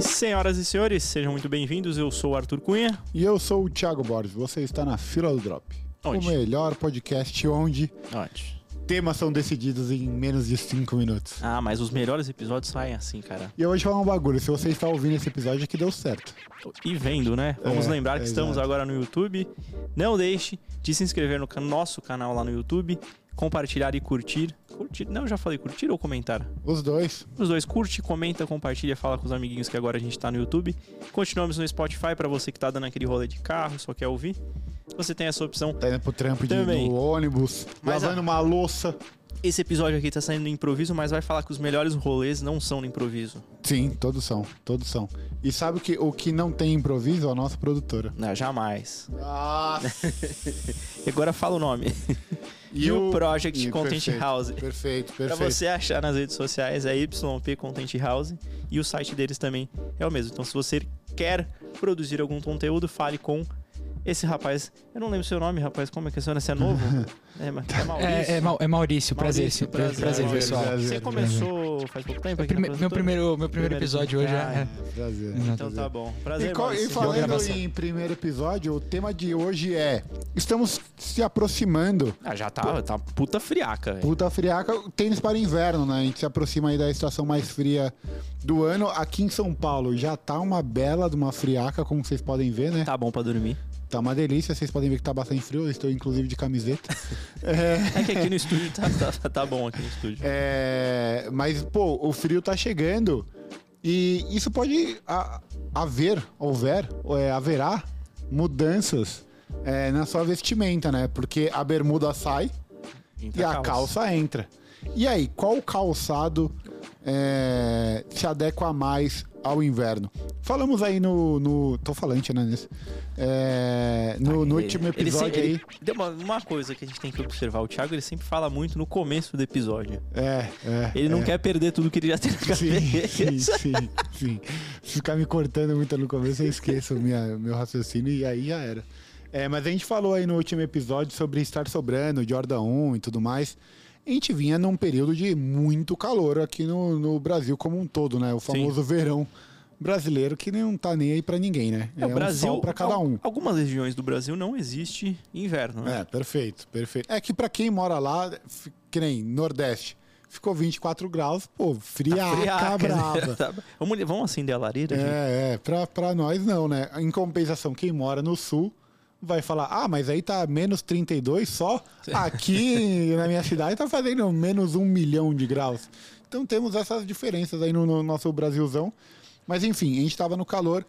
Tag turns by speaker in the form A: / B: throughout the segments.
A: Senhoras e senhores, sejam muito bem-vindos. Eu sou o Arthur Cunha.
B: E eu sou o Thiago Borges, você está na fila do Drop.
A: Onde?
B: O melhor podcast onde
A: Ótimo.
B: temas são decididos em menos de 5 minutos.
A: Ah, mas os melhores episódios saem assim, cara.
B: E eu vou te falar um bagulho, se você está ouvindo esse episódio é que deu certo.
A: E vendo, né? Vamos
B: É,
A: lembrar que
B: é
A: estamos agora no YouTube. Não deixe de se inscrever no can- nosso canal lá no YouTube, compartilhar e curtir. Curtir? Não, eu já falei curtir ou comentar?
B: Os dois.
A: Os dois, curte, comenta, compartilha, fala com os amiguinhos que agora a gente tá no YouTube. Continuamos no Spotify pra você que tá dando aquele rolê de carro, só quer ouvir. Você tem essa opção.
B: Tá indo pro trampo de
A: Também.
B: no ônibus,
A: Mas
B: lavando
A: a-
B: uma louça.
A: Esse episódio aqui tá saindo no improviso, mas vai falar que os melhores rolês não são no improviso.
B: Sim, todos são, todos são. E sabe o que, o que não tem improviso? A nossa produtora.
A: Não, jamais.
B: Nossa!
A: E agora fala o nome. E o Project
B: Ih,
A: Content
B: perfeito,
A: House.
B: Perfeito,
A: Pra
B: perfeito.
A: você achar nas redes sociais é YP Content House e o site deles também é o mesmo. Então, se você quer produzir algum conteúdo, fale com esse rapaz. Eu não lembro seu nome, rapaz. Como é que é seu nome? Você é novo? é, mas é Maurício.
C: É, é, Mau- é Maurício, prazer,
A: Maurício,
C: sim. prazer,
B: Maurício,
C: pessoal. É
B: prazer.
A: Você começou faz pouco tempo? aqui na
C: Prime- meu,
A: produtora?
C: primeiro, meu primeiro
A: Primeiro né?
C: episódio hoje
A: episódio.
C: é.
B: É, prazer.
A: Então tá bom. Prazer,
B: E, co- e
A: Maurício.
C: Boa
B: falando
C: gravação.
B: em primeiro episódio, o tema de hoje é: estamos se aproximando.
A: Ah, já tá, tá puta friaca, velho.
B: Puta friaca, tênis para inverno, né? A gente se aproxima aí da estação mais fria do ano. Aqui em São Paulo já tá uma bela de uma friaca, como vocês podem ver, né?
A: Tá bom pra dormir.
B: Tá uma delícia, vocês podem ver que tá bastante frio. Eu estou inclusive de camiseta. é,
A: É que aqui no estúdio tá, tá, tá bom aqui no estúdio.
B: é, mas, pô, o frio tá chegando. E isso pode ha- haver, houver, ou é, haverá mudanças é, na sua vestimenta, né? Porque a bermuda sai
A: Entra
B: e a calça entra. E aí, qual calçado é, se adequa mais ao inverno? Falamos aí no. no tô falante, né, nisso? É, no, no último
A: Ele se-
B: episódio
A: ele-
B: aí.
A: tem uma, uma coisa que a gente tem que observar, o Thiago ele sempre fala muito no começo do episódio.
B: É, é.
A: Ele não
B: é.
A: quer perder tudo que ele já tem na
B: Sim,
A: cabeça.
B: sim, sim, sim. Se ficar me cortando muito no começo, eu esqueço minha, meu raciocínio e aí já era. É, mas a gente falou aí no último episódio sobre estar sobrando, Jordan 1 e tudo mais. A gente vinha num período de muito calor aqui no, no Brasil como um todo, né? O famoso verão brasileiro que não tá nem aí pra ninguém, né?
A: É, o Brasil,
B: sol pra cada
A: al-
B: um.
A: Algumas regiões do Brasil não existe inverno, né?
B: É, perfeito, perfeito. É que pra quem mora lá, f- que nem Nordeste, ficou 24 graus, pô, friaca,
A: Friaca, né?
B: brava.
A: Tá bom. vamos, vamos acender a lareira? gente?
B: É, é, pra, pra nós não, né? Em compensação, quem mora no sul vai falar: ah, mas aí tá menos 32 só. Aqui na minha cidade tá fazendo menos um milhão de graus. Então temos essas diferenças aí no, no nosso Brasilzão. Mas enfim, a gente tava no calor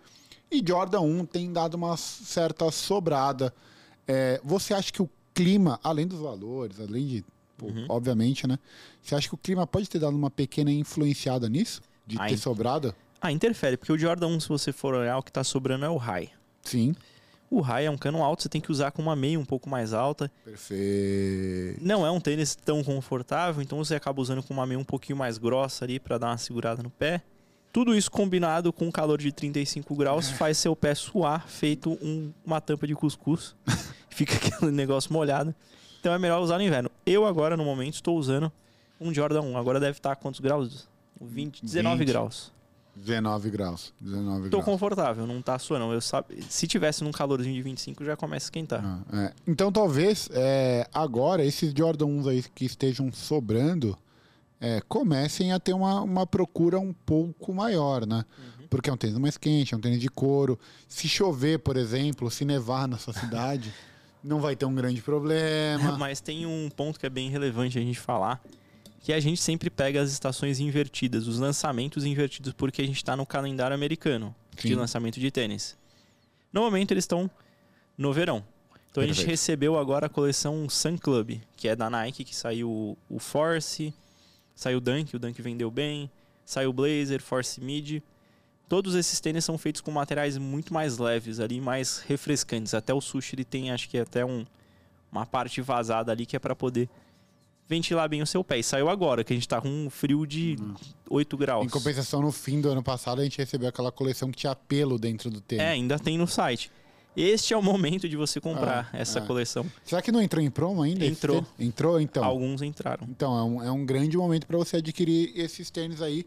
B: e Jordan 1 tem dado uma certa sobrada. É, você acha que o clima, além dos valores, além de. pô, Obviamente, né? Você acha que o clima pode ter dado uma pequena influenciada nisso? De
A: Ah,
B: ter
A: ent-
B: sobrado?
A: Ah, interfere, porque o Jordan 1, se você for olhar, o que tá sobrando é o high.
B: Sim.
A: O high é um cano alto, você tem que usar com uma meia um pouco mais alta.
B: Perfeito.
A: Não é um tênis tão confortável, então você acaba usando com uma meia um pouquinho mais grossa ali pra dar uma segurada no pé. Tudo isso combinado com um calor de 35 graus faz seu pé suar, feito um- uma tampa de cuscuz. Fica aquele negócio molhado. Então é melhor usar no inverno. Eu agora, no momento, estou usando um Jordan 1. Agora deve estar a quantos graus? 20, 19
B: 20.
A: graus.
B: 19 graus. 19
A: Tô
B: graus.
A: confortável, não tá suando. Eu sabe, se tivesse num calorzinho de 25, já começa a esquentar.
B: Ah, é. Então talvez é, agora esses Jordan 1 aí que estejam sobrando é, comecem a ter uma, uma procura um pouco maior, né?
A: Uhum.
B: Porque é um tênis mais quente, é um tênis de couro. Se chover, por exemplo, se nevar na sua cidade, não vai ter um grande problema.
A: Mas tem um ponto que é bem relevante a gente falar, que a gente sempre pega as estações invertidas, os lançamentos invertidos, porque a gente está no calendário americano de
B: Sim.
A: lançamento de tênis. No momento eles estão no verão. Então a gente
B: Perfeito.
A: recebeu agora a coleção Sun Club, que é da Nike, que saiu o- o Force, saiu o Dunk, o Dunk vendeu bem, saiu o Blazer, Force Mid. Todos esses tênis são feitos com materiais muito mais leves ali, mais refrescantes. Até o sushi ele tem, acho que até um, uma parte vazada ali que é pra poder ventilar bem o seu pé. E saiu agora, que a gente tá com um frio de 8 graus.
B: Hum. Em compensação, no fim do ano passado, a gente recebeu aquela coleção que tinha pelo dentro do tênis.
A: É, ainda tem no site. Este é o momento de você comprar essa
B: ah.
A: coleção.
B: Será que não entrou em promo ainda? esse
A: Entrou.
B: tênis? Entrou, então.
A: Alguns entraram.
B: Então, é um, é um grande momento para você adquirir esses tênis aí.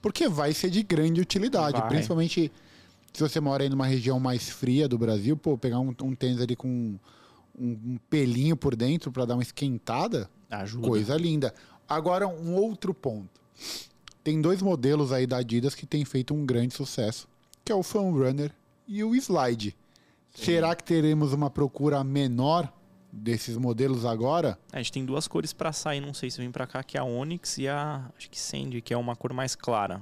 B: porque vai ser de grande utilidade,
A: Vai.
B: principalmente se você mora aí numa região mais fria do Brasil, pô, pegar um, um tênis ali com um, um pelinho por dentro para dar uma esquentada,
A: Ajuda.
B: coisa linda. Agora, um outro ponto. Tem dois modelos aí da Adidas que tem feito um grande sucesso, que é o Fan Runner e o Slide. Será que teremos uma procura menor desses modelos agora?
A: A gente tem duas cores pra sair, não sei se vem pra cá, que é a Onyx e a. Acho que Sandy, que é uma cor mais clara.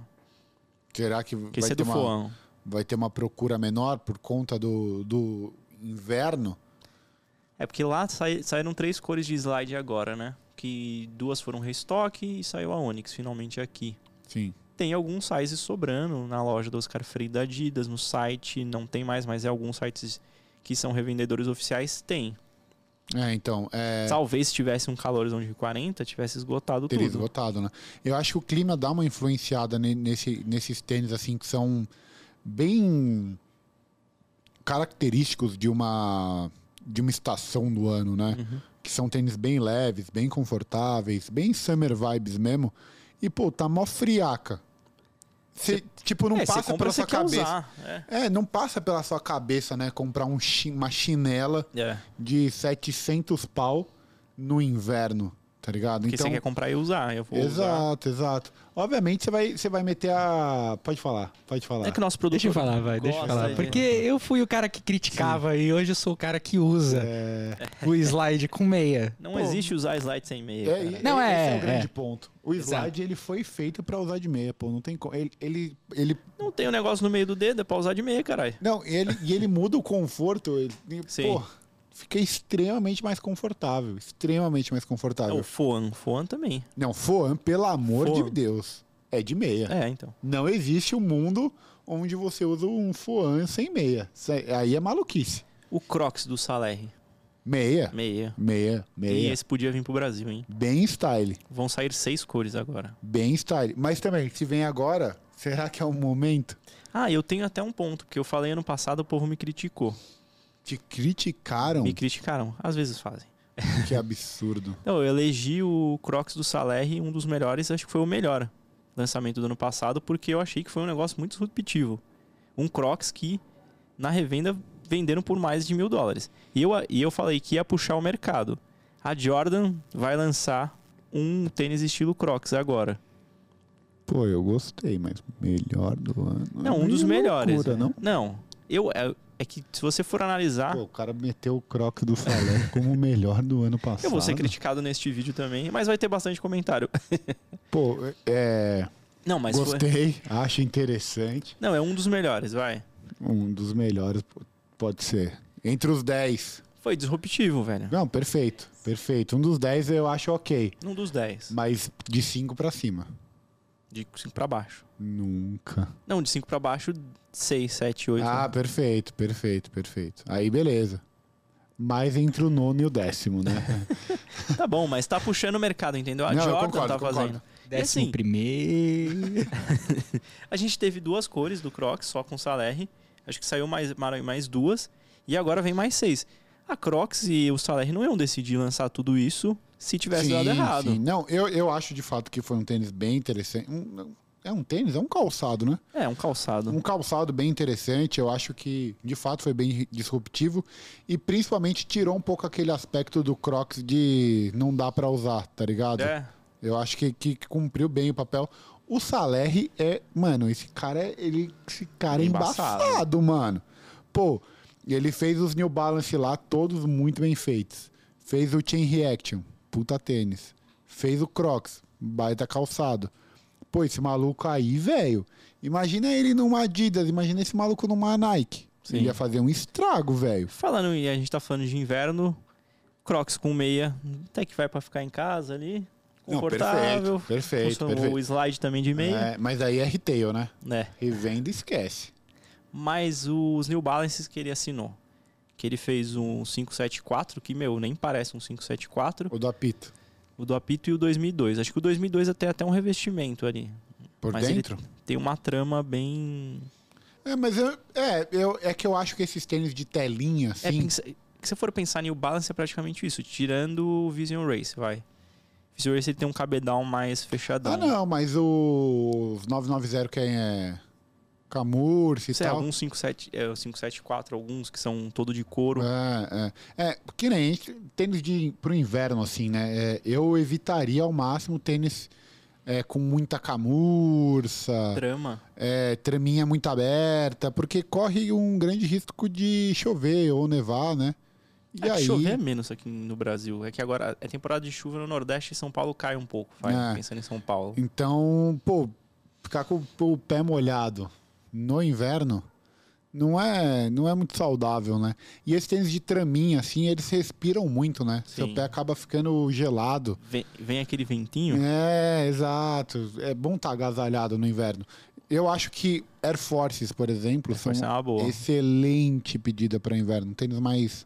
B: Será que
A: Que
B: vai
A: esse é do
B: ter, uma,
A: Foan.
B: vai ter uma procura menor por conta do, do inverno?
A: É porque lá sai- saíram três cores de slide agora, né? Que duas foram restock e saiu a Onyx finalmente aqui.
B: Sim.
A: Tem alguns sizes sobrando na loja do Oscar Freire da Adidas, no site, não tem mais, mas é alguns sites que são revendedores oficiais, tem.
B: É, então, é,
A: Talvez se tivesse um calorzão de 40, tivesse esgotado
B: teria
A: tudo.
B: esgotado, né? Eu acho que o clima dá uma influenciada ne- nesse, nesses tênis, assim, que são bem característicos de uma, de uma estação do ano, né?
A: Uhum.
B: Que são tênis bem leves, bem confortáveis, bem summer vibes mesmo. E, pô, tá mó friaca. Cê, tipo, não
A: é, você
B: passa
A: compra,
B: pela
A: você
B: sua
A: quer
B: cabeça.
A: usar. É.
B: É, não passa pela sua cabeça, né? Comprar um chi- uma chinela
A: É.
B: de 700 pau no inverno, tá ligado?
A: Porque você quer comprar e usar. Eu vou usar.
B: Exato, exato. Obviamente você vai, você vai meter a. Pode falar, pode falar.
A: É que o nosso produto
C: Deixa eu falar, vai, deixa eu
A: Gosta né?
C: falar.
A: de-
C: Porque eu fui o cara que criticava e hoje eu sou o cara que usa
A: É.
C: o slide com meia.
A: Não
B: Pô.
A: existe usar slide sem meia. cara.
B: e-
C: Não,
B: esse
C: é,
B: é o grande
C: é.
B: ponto. O slide ele foi feito pra usar de meia, pô. Não tem como. Ele, ele, ele-
A: Não tem o negócio no meio do dedo, é pra usar de meia, caralho.
B: não, ele e ele muda o conforto. Ele,
A: Sim.
B: Pô, fica extremamente mais confortável, extremamente mais
A: É
B: confortável.
A: o Foan. Foan também.
B: Não, Foan, pelo amor
A: Foan.
B: de Deus, é de meia.
A: É, então.
B: Não existe um mundo onde você usa um Foan sem meia. Isso aí- aí é maluquice.
A: O Crocs do Saler.
B: Meia,
A: Meia.
B: meia,
A: E
B: meia.
A: esse podia vir pro Brasil, hein?
B: Bem style.
A: Vão sair seis cores agora.
B: Bem style. Mas também, se vem agora, será que é o momento?
A: Ah, eu tenho até um ponto, porque eu falei ano passado, o povo me criticou.
B: Te criticaram?
A: Me criticaram. Às vezes fazem.
B: Que absurdo.
A: Não, eu elegi o Crocs do Saler um dos melhores, acho que foi o melhor lançamento do ano passado, porque eu achei que foi um negócio muito disruptivo. Um Crocs que, na revenda, venderam por mais de mil dólares. E eu, e eu falei que ia puxar o mercado. A Jordan vai lançar um tênis estilo Crocs agora.
B: Pô, eu gostei, mas melhor do ano. É
A: Não, um dos
B: meio
A: melhores. Ah.
B: Loucura,
A: né?
B: não?
A: Não. Eu, é, é que se você for analisar,
B: Pô, o cara meteu o Crocs do Salé como o melhor do ano passado.
A: eu vou ser criticado neste vídeo também, mas vai ter bastante comentário.
B: Pô, é.
A: Não, mas foi.
B: gostei, acho interessante.
A: Não, é um dos melhores, vai.
B: Um dos melhores, pô, pode ser. Entre os 10.
A: Foi disruptivo, velho.
B: Não, perfeito, perfeito. Um dos 10 eu acho ok.
A: Um dos 10.
B: Mas de 5 pra cima.
A: De 5 pra baixo.
B: Nunca.
A: Não, de 5 pra baixo, 6, 7, 8.
B: Ah, perfeito, perfeito, perfeito. Aí beleza. Mas entre o nono e o décimo, né?
A: Tá bom, mas tá puxando o mercado, entendeu? A
B: Não, eu
A: Jordan
B: concordo,
A: tá
B: concordo.
A: fazendo.
C: Décimo
A: assim-
C: primeiro.
A: A gente teve duas cores do Crocs, só com Saler. Acho que saiu mais, mar- mais duas. E agora vem mais seis. A Crocs e o Saler não iam decidir lançar tudo isso se tivesse dado errado.
B: sim. Não, eu, eu acho de fato que foi um tênis bem interessante. Um- é um tênis, é um calçado, né?
A: É, um calçado.
B: Um calçado bem interessante. Eu acho que de fato foi bem disruptivo e principalmente tirou um pouco aquele aspecto do Crocs de não dá pra usar, tá ligado?
A: É.
B: Eu acho que, que cumpriu bem o papel. O Salerri é. Mano, esse cara é. Ele, esse cara é
A: Embaçado.
B: embaçado. mano. Pô, ele fez os New Balance lá, todos muito bem feitos. Fez o Chain Reaction, puta tênis. Fez o Crocs, baita calçado. Pô, esse maluco aí, velho. Imagina ele numa Adidas, imagina esse maluco numa Nike.
A: Sim.
B: Ele ia fazer um estrago, velho.
A: Falando, e a gente tá falando de inverno, Crocs com meia, até que vai pra ficar em casa ali.
B: Não,
A: Confortável. um
B: perfeito, perfeito,
A: Funciona O
B: perfeito.
A: slide também de meia.
B: É, mas aí é retail, né?
A: né?
B: Revenda esquece.
A: Mas os New Balances que ele assinou. Que ele fez um 574, que, meu, nem parece um 574.
B: O do apito.
A: O do apito e o 2002. Acho que o 2002 até até um revestimento ali.
B: Por
A: Mas ele-
B: dentro?
A: Tem uma trama bem...
B: É, mas eu, é, eu, é que eu acho que esses tênis de telinha,
A: É,
B: assim.
A: pensa... Se você for pensar em New Balance, é praticamente isso. Tirando o Vision Race, vai. Face Racer tem um cabedal mais fechadão.
B: Ah, não, mas os 990 quem é Camurci e
A: Sei,
B: tal.
A: alguns 57, é, o 574, alguns que são todo de couro.
B: É, é. É, que nem tênis de, pro inverno, assim, né? É, eu evitaria ao máximo tênis é, com muita camurça,
A: Trama.
B: é, treminha muito aberta, porque corre um grande risco de chover ou nevar, né? E
A: é que
B: aí.
A: chover é menos aqui no Brasil. É que agora é temporada de chuva no Nordeste e São Paulo cai um pouco, vai,
B: É.
A: pensando em São Paulo.
B: Então, pô, ficar com o pé molhado no inverno não é, não é muito saudável, né? E esses tênis de traminha, assim, eles respiram muito, né? Seu
A: Sim.
B: pé acaba ficando gelado.
A: Vem, vem aquele ventinho.
B: É, exato. É bom estar agasalhado no inverno. Eu acho que Air Forces, por exemplo,
A: Vai ser
B: são
A: uma boa.
B: excelente pedida para inverno. Um Tênis mais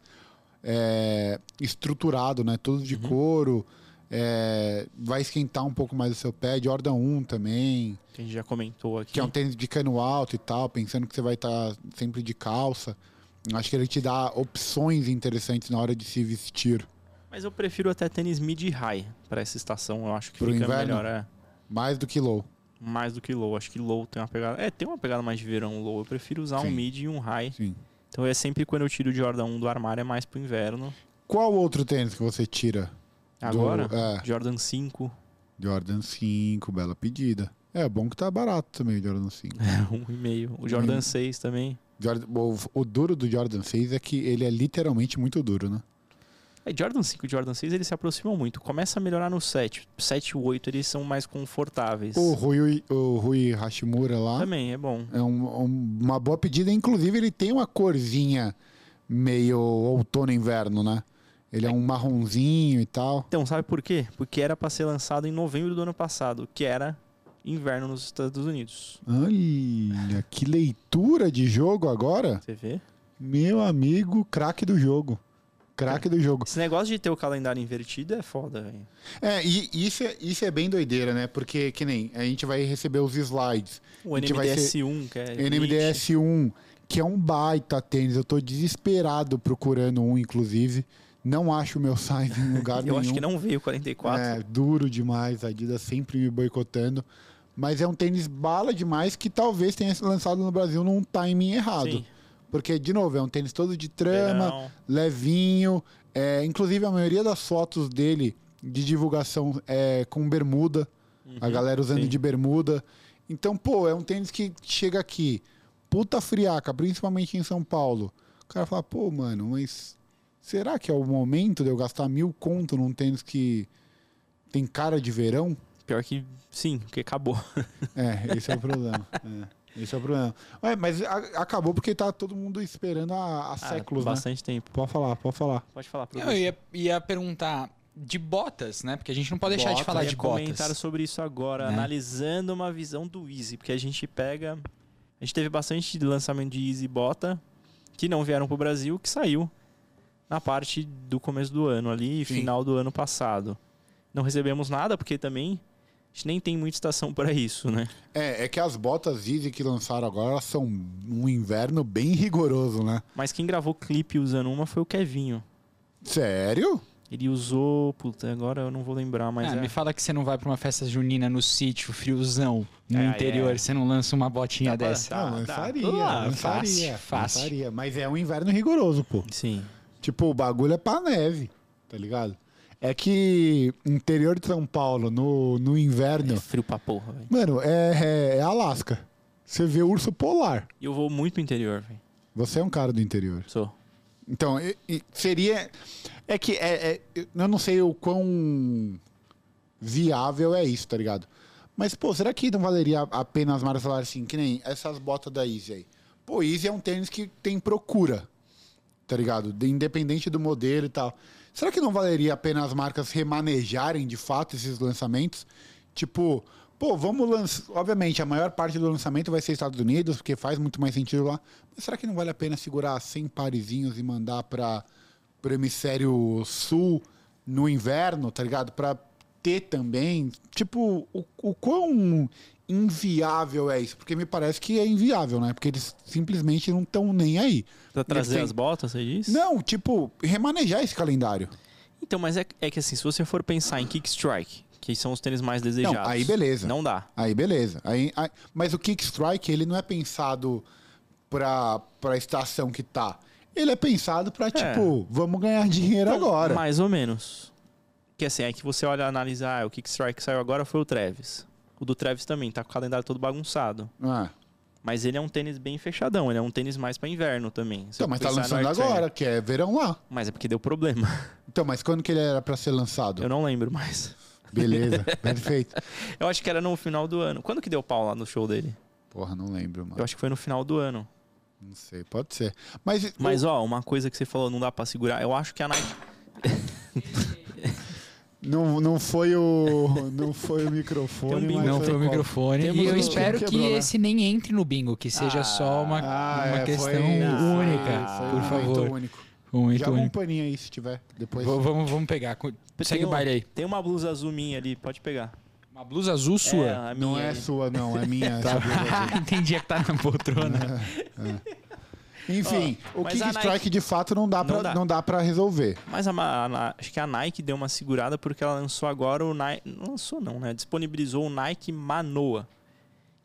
B: é, estruturado, né? Todos
A: Uhum.
B: de couro. é, vai esquentar um pouco mais o seu pé. Jordan 1 também,
A: Que a gente já comentou aqui.
B: que é um tênis de cano alto e tal, pensando que você vai estar sempre de calça. Acho que ele te dá opções interessantes na hora de se vestir.
A: Mas eu prefiro até tênis mid e high pra essa estação. Eu acho que
B: Pro
A: fica
B: inverno?
A: melhor. É,
B: Mais do que low.
A: mais do que low. Acho que low tem uma pegada. É, tem uma pegada mais de verão low. Eu prefiro usar um
B: Sim.
A: mid e um high.
B: Sim.
A: Então é sempre quando eu tiro o Jordan 1 do armário, é mais pro inverno.
B: Qual outro tênis que você tira? Do-
A: Agora,
B: é.
A: Jordan 5.
B: Jordan 5, bela pedida. É bom que tá barato também o Jordan 5.
A: um e meio. O Jordan
B: Uhum.
A: 6 também.
B: Jordan- o, o duro do Jordan 6 é que ele é literalmente muito duro, né?
A: É, Jordan 5 e Jordan 6 eles se aproximam muito. Começa a melhorar no 7. 7 e 8 eles são mais confortáveis.
B: O Rui, o Rui Hashimura lá
A: Também é bom.
B: é um- um- uma boa pedida. Inclusive, ele tem uma corzinha meio outono-inverno, né? Ele é um marronzinho e tal.
A: Então, sabe por quê? Porque era pra ser lançado em novembro do ano passado, que era inverno nos Estados Unidos.
B: Olha, que leitura de jogo agora.
A: Você vê?
B: Meu amigo, craque do jogo. Craque do jogo.
A: Esse negócio de ter o calendário invertido é foda, velho.
B: É, e isso é, isso é bem doideira, né? Porque, que nem, a gente vai receber os slides.
A: O
B: A gente vai
A: NMDS1, que é. elite.
B: NMDS1, que é um baita tênis. Eu tô desesperado procurando um, inclusive. Não acho o meu size em lugar nenhum.
A: Eu acho que não veio 44.
B: É, duro demais. A Adidas sempre me boicotando. Mas é um tênis bala demais que talvez tenha sido lançado no Brasil num timing errado.
A: Sim,
B: Porque, de novo, é um tênis todo de trama,
A: verão.
B: levinho. É, inclusive, a maioria das fotos dele de divulgação é com bermuda. A
A: Uhum.
B: galera usando
A: sim.
B: de bermuda. Então, pô, é um tênis que chega aqui, puta friaca, principalmente em São Paulo. O cara fala, pô, mano, mas será que é o momento de eu gastar mil conto num tênis que tem cara de verão?
A: Pior que sim, porque acabou.
B: É, esse é o problema. é, esse é o problema. Ué, mas a- acabou porque tá todo mundo esperando há, há
A: Ah,
B: séculos, né?
A: Bastante tempo.
B: Pode falar, pode falar.
A: Pode falar,
C: Eu ia, ia perguntar de botas, né? Porque a gente não pode deixar de falar
A: Eu ia
C: de
A: comentar
C: botas.
A: um sobre isso agora,
C: Né?
A: analisando uma visão do Easy, porque a gente pega. A gente teve bastante lançamento de Easy Bota que não vieram pro Brasil, que saiu na parte do começo do ano ali,
B: Sim.
A: final do ano passado. Não recebemos nada, porque também a gente nem tem muita estação para isso, né?
B: É, é que as botas Easy que lançaram agora elas são um inverno bem rigoroso, né?
A: Mas quem gravou clipe usando uma foi o Kevinho.
B: Sério?
A: Ele usou. Puta, agora eu não vou lembrar, mas.
C: Ah,
A: é-
C: Me fala que você não vai pra uma festa junina no sítio, friozão, no
A: É,
C: interior,
A: é.
C: você não lança uma botinha
A: Dá pra-
C: dessa.
A: Tá,
B: não,
A: tá.
B: lançaria,
C: Ah, fácil,
B: lançaria,
C: fácil.
B: lançaria. Mas é um inverno rigoroso, pô.
A: Sim.
B: Tipo, o bagulho é pra neve, tá ligado? É que interior de São Paulo, no, no
A: É
B: inverno,
A: frio pra porra, velho.
B: mano, é, é, é Alasca. Você vê urso polar.
A: E eu vou muito pro interior, velho.
B: Você é um cara do interior.
A: Sou.
B: Então, e- e seria. É que é, é- eu não sei o quão viável é isso, tá ligado? Mas, pô, será que não valeria a pena as marcas falarem assim, que nem essas botas da Easy aí? Pô, Easy é um tênis que tem procura, tá ligado? De- Independente do modelo e tal. Será que não valeria a pena as marcas remanejarem de fato esses lançamentos? Tipo, pô, vamos lançar. Obviamente, a maior parte do lançamento vai ser Estados Unidos, porque faz muito mais sentido lá. Mas será que não vale a pena segurar 100 parezinhos e mandar para o hemisfério sul no inverno, tá ligado? Pra ter também. Tipo, o, o quão inviável é isso? Porque me parece que é inviável, né? Porque eles simplesmente não estão nem aí.
A: Pra trazer
B: têm-
A: as botas, você disse?
B: Não, tipo, remanejar esse calendário.
A: Então, mas é, é que assim, se você for pensar em kick strike, que são os tênis mais desejados.
B: Não, aí beleza.
A: Não dá.
B: Aí beleza. Aí, aí- mas o kick strike, ele não é pensado pra, pra estação que tá. Ele é pensado pra, tipo, vamos ganhar dinheiro
A: Então,
B: agora.
A: Mais ou menos. Que assim, é que você olha analisar, ah, o kick strike que saiu agora foi o Travis. O do Travis também, tá com o calendário todo bagunçado.
B: Ah,
A: Mas ele é um tênis bem fechadão, ele é um tênis mais pra inverno também. Se
B: então,
A: eu
B: mas tá
A: pensar no
B: lançando
A: Air Trainer.
B: agora, que é verão lá.
A: Mas é porque deu problema.
B: Então, mas quando que ele era pra ser lançado?
A: Eu não lembro mais.
B: Beleza, perfeito.
A: Eu acho que era no final do ano. Quando que deu pau lá no show dele?
B: Porra, não lembro, mano.
A: Eu acho que foi no final do ano.
B: Não sei, pode ser. Mas,
A: Mas ó, uma coisa que você falou, não dá pra segurar. Eu acho que a Nike.
B: não, não foi o. Não foi o microfone.
A: Tem um bingo.
B: mas
C: Não
A: foi
C: foi o
B: qual?
C: microfone.
B: Temos
C: E eu
B: um
C: espero que
B: que quebrou, né?
C: esse nem entre no bingo, que seja
A: Ah,
C: só uma,
B: Ah,
C: uma
B: é,
C: questão
B: foi-
C: única,
B: Ah, foi um
C: por
B: momento
C: favor.
B: único.
C: Um momento
B: Joga um
C: único.
B: paninho aí se tiver. Depois.
C: V- Vamos, vamos pegar. Co- Segue
A: tem um
C: o baile aí.
A: Tem uma blusa azul minha ali, pode pegar.
C: Uma blusa azul
A: É,
C: sua.
A: a minha
B: Não é
A: ali.
B: sua, não, é minha. essa blusa azul.
C: Entendi é que tá na poltrona.
B: Enfim,
A: Ó,
B: o
A: mas
B: Kick
A: a Nike-
B: Strike de fato não dá,
A: Não
B: pra,
A: dá.
B: não dá pra resolver.
A: Mas a Ma- a Na- acho que a Nike deu uma segurada porque ela lançou agora o Nike. Não lançou, não, né? Disponibilizou o Nike Manoa,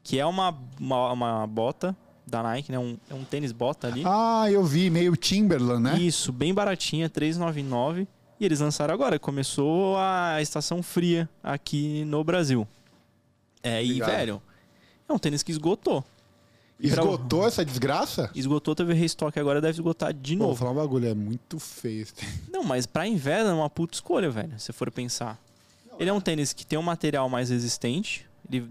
A: que é uma, uma, uma bota da Nike, né? Um, é um tênis bota ali.
B: Ah, eu vi, meio Timberland, né?
A: Isso, bem baratinha, 399 E eles lançaram agora. Começou a estação fria aqui no Brasil. É, e,
B: Obrigado.
A: velho, é um tênis que esgotou. E pra-
B: Esgotou essa desgraça?
A: Esgotou, teve restock agora, deve esgotar de
B: Pô, vou
A: novo.
B: falar um bagulho, é muito feio. esse tênis.
A: Não, mas pra inverno é uma puta escolha, velho, se for pensar. Ele é um tênis que tem um material mais resistente, ele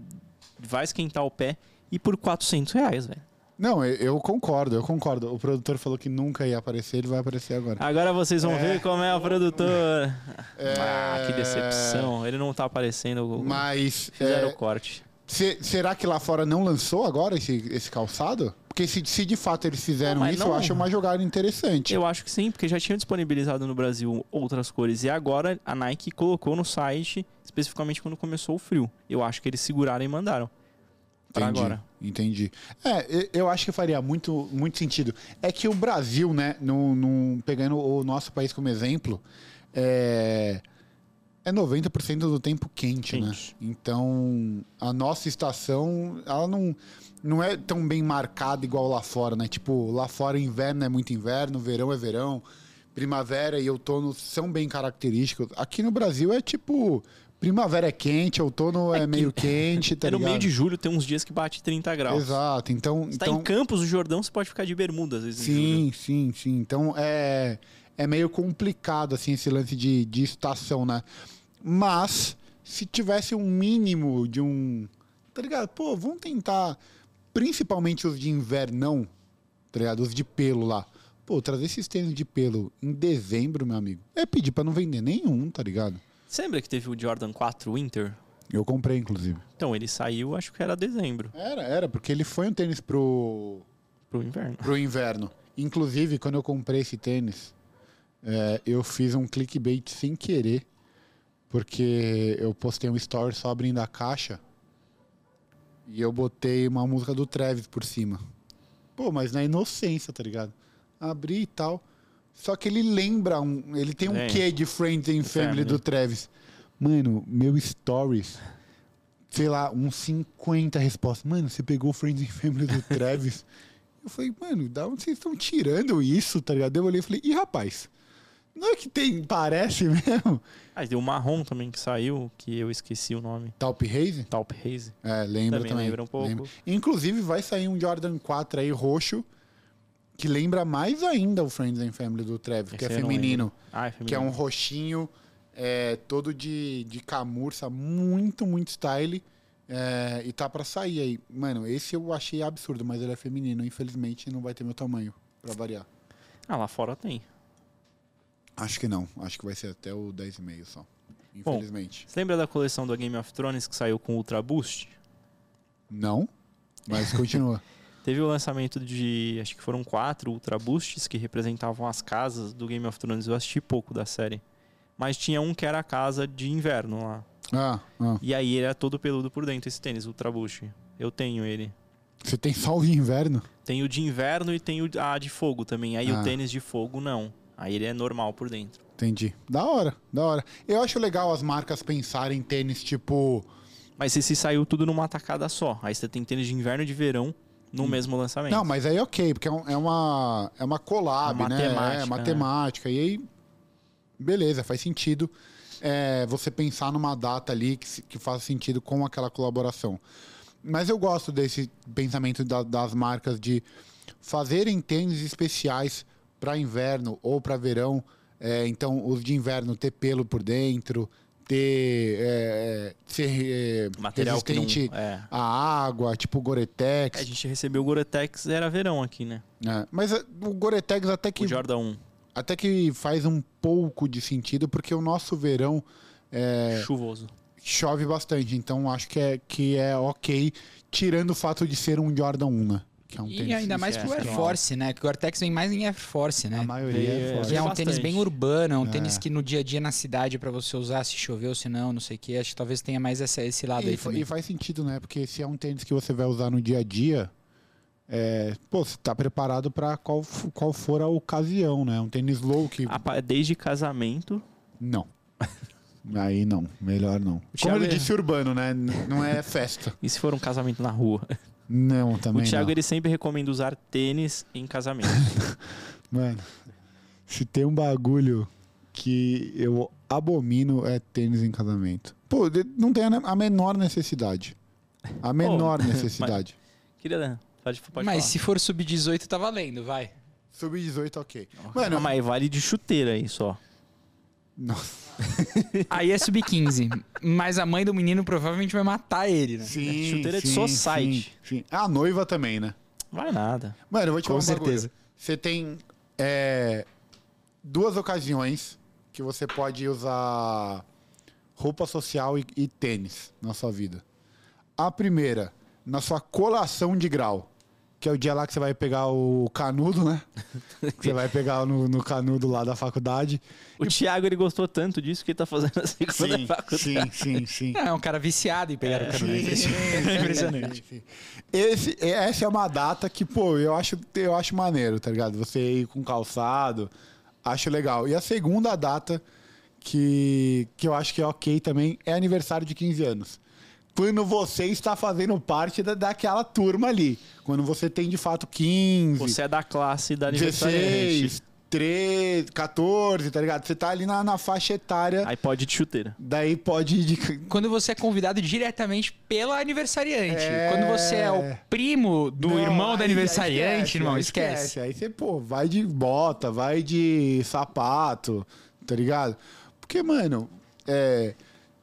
A: vai esquentar o pé e por 400 reais, velho.
B: Não, eu, eu concordo, eu concordo. O produtor falou que nunca ia aparecer, ele vai aparecer agora.
A: Agora vocês vão
B: É.
A: ver como é a produtora. Ah, que
B: É.
A: decepção. Ele não tá aparecendo.
B: Mas
A: Fizeram
B: é,
A: o corte.
B: se- será que lá fora não lançou agora esse, esse calçado? Porque se, se de fato eles fizeram
A: Não, mas
B: isso, eu
A: não-
B: acho uma jogada interessante.
A: Eu acho que sim, porque já tinham disponibilizado no Brasil outras cores. E agora a Nike colocou no site, especificamente quando começou o frio. Eu acho que eles seguraram e mandaram. Pra
B: Entendi,
A: agora.
B: Entendi. É, e- eu acho que faria muito, muito sentido. É que o Brasil, né, num- num- pegando o nosso país como exemplo, é, é 90% do tempo quente, né?
A: Quente.
B: Então, a nossa estação, ela não, não é tão bem marcada igual lá fora, né? Tipo, lá fora inverno é muito inverno, verão é verão, primavera e outono são bem característicos. Aqui no Brasil é tipo... Primavera é quente, outono é, meio quente, tá
A: É no
B: ligado?
A: meio de julho, tem uns dias que bate 30 graus.
B: Exato. Então,
A: Você tá
B: então
A: em Campos, o Jordão, você pode ficar de bermuda às vezes. em julho.
B: sim, sim, sim. Então é é meio complicado assim esse lance de, de estação, né? Mas se tivesse um mínimo de um, tá ligado? Pô, vamos tentar principalmente os de invernão, tá ligado? Os de pelo lá. Pô, trazer esses tênis de pelo em dezembro, meu amigo. É pedir pra não vender nenhum, tá ligado?
A: Você lembra que teve o Jordan 4 Winter?
B: Eu comprei inclusive.
A: Então, ele saiu, acho que era dezembro,
B: Era, era, porque ele foi um tênis pro
A: pro inverno.
B: pro inverno. Inclusive, quando eu comprei esse tênis, é, eu fiz um clickbait sem querer, porque eu postei um story só abrindo a caixa e eu botei uma música do Travis por cima. Pô, mas na inocência, tá ligado? Abri e tal. Só que ele lembra um. Ele tem um
A: Tem.
B: quê de Friends and Family
A: Family.
B: do Travis. Mano, meu stories. Sei lá, uns 50 respostas. Mano, você pegou o Friends and Family do Travis? Eu falei, mano, da onde vocês estão tirando isso, tá ligado? Eu olhei e falei, ih, rapaz, não é que tem, parece mesmo?
A: Ah, e tem o marrom também que saiu, que eu esqueci o nome.
B: Talp Haze?
A: Talp Haze.
B: É, lembra
A: Também
B: também.
A: lembra um pouco.
B: Inclusive, vai sair um Jordan 4 aí roxo, que lembra mais ainda o Friends and Family do Travis, que é
A: Esse eu não
B: feminino.
A: lembro. Ah, é feminino.
B: Que é um roxinho, é, todo de, de camurça, muito, muito style. é, e tá pra sair aí. Mano, esse eu achei absurdo, mas ele é feminino. Infelizmente, não vai ter meu tamanho, pra variar.
A: Ah, lá fora tem.
B: Acho que não. Acho que vai ser até o 10,5 só. Infelizmente.
A: Você lembra da coleção do Game of Thrones que saiu com Ultra Boost?
B: Não, mas continua.
A: Teve o lançamento de, acho que foram quatro Ultra Boosts que representavam as casas do Game of Thrones. Eu assisti pouco da série. Mas tinha um que era a casa de inverno lá.
B: ah, ah.
A: E aí ele era todo peludo por dentro, esse tênis, Ultra Boost. Eu tenho ele.
B: Você tem sol de inverno?
A: Tem o de inverno e tem o a de fogo também. Aí
B: Ah.
A: o tênis de fogo não. Aí ele é normal por dentro.
B: Entendi. Da hora, da hora. Eu acho legal as marcas pensarem em tênis tipo.
A: Mas se, se saiu tudo numa tacada só, aí você tem tênis de inverno e de verão no mesmo lançamento.
B: Hum. Não, mas aí ok, porque é, um- é uma, é uma collab,
A: Uma
B: né?
A: temática,
B: é, uma
A: né?
B: temática. E aí, beleza, faz sentido é, você pensar numa data ali que, se- que faça sentido com aquela colaboração. Mas eu gosto desse pensamento da- das marcas de fazerem tênis especiais para inverno ou para verão. É, então, os de inverno ter pelo por dentro, ter é, é, ser é,
A: Material que não-
B: resistente
A: é.
B: à água, tipo Goretex.
A: A gente recebeu o Goretex, era verão aqui, né?
B: É, mas é, o Goretex até que,
A: O Jordan 1,
B: até que faz um pouco de sentido, porque o nosso verão é,
A: chuvoso.
B: chove bastante, então acho que é, que é ok, tirando o fato de ser um Jordan 1, né? Que é um
D: E
B: tênis-
D: ainda mais
A: é,
D: pro Air
A: sim.
D: Force, né? Que o Gore-Tex vem mais em Air Force,
B: A
D: né?
B: maioria
A: É,
B: é forte.
D: Que é um
A: Bastante.
D: tênis bem urbano, é um tênis que no dia a dia na cidade é pra você usar se choveu, se não, não sei o que. Acho que talvez tenha mais essa- esse lado
B: E,
D: aí
B: fa-
D: também.
B: e faz sentido, né? Porque se é um tênis que você vai usar no dia a dia, é, pô, você tá preparado pra qual, f- qual for a ocasião, né? Um tênis low que.
D: Ah.
A: A pa- Desde casamento,
B: Não. Aí não, melhor não. Como
A: Thiago
B: ele
A: é-
B: disse, urbano, né? N- Não é festa.
A: e se for um casamento na rua?
B: Não, também
A: o Thiago,
B: não.
A: ele sempre recomenda usar tênis em casamento.
B: Mano, se tem um bagulho que eu abomino é tênis em casamento. Pô, de- não tem a ne- a menor necessidade. A menor necessidade.
A: Querida, pode, pode
D: Mas
A: falar.
D: se for sub-18, tá valendo, vai.
B: Sub-18, ok.
A: Não, mas vale de chuteira aí só.
B: Nossa.
D: Aí é sub-15. mas a mãe do menino provavelmente vai matar ele, né?
B: Sim,
A: é Chuteira de society.
B: Sim, sim. A noiva também, né?
A: Vai nada.
B: Mano, eu vou te
D: Com
B: falar um bagulho.
D: certeza.
B: Você tem é, duas ocasiões que você pode usar roupa social e, e tênis na sua vida. A primeira, na sua colação de grau, que é o dia lá que você vai pegar o canudo, né? Que você vai pegar no, no canudo lá da faculdade.
A: O Thiago, ele gostou tanto disso que ele tá fazendo a segunda faculdade.
B: sim, sim, sim.
D: Não, é um cara viciado em pegar o cara.
B: Sim,
D: né?
B: sim, sim. Esse, essa é uma data que, pô, eu acho, eu acho maneiro, tá ligado? Você ir com calçado, acho legal. E a segunda data que, que eu acho que é ok também é aniversário de 15 anos. Quando você está fazendo parte da, daquela turma ali. Quando você tem de fato 15,
A: Você é da classe da né, aniversariante.
B: 16, 13, 14, tá ligado? Você tá ali na, na faixa etária,
A: Aí pode de chuteira.
B: daí pode ir de,
D: Quando você é convidado diretamente pela aniversariante.
B: É.
D: Quando você é o primo do
B: Não,
D: irmão
B: aí-
D: da aniversariante,
B: aí esquece,
D: irmão,
B: aí
D: esquece.
B: Aí você, pô, vai de bota, vai de sapato, tá ligado? Porque, mano, é.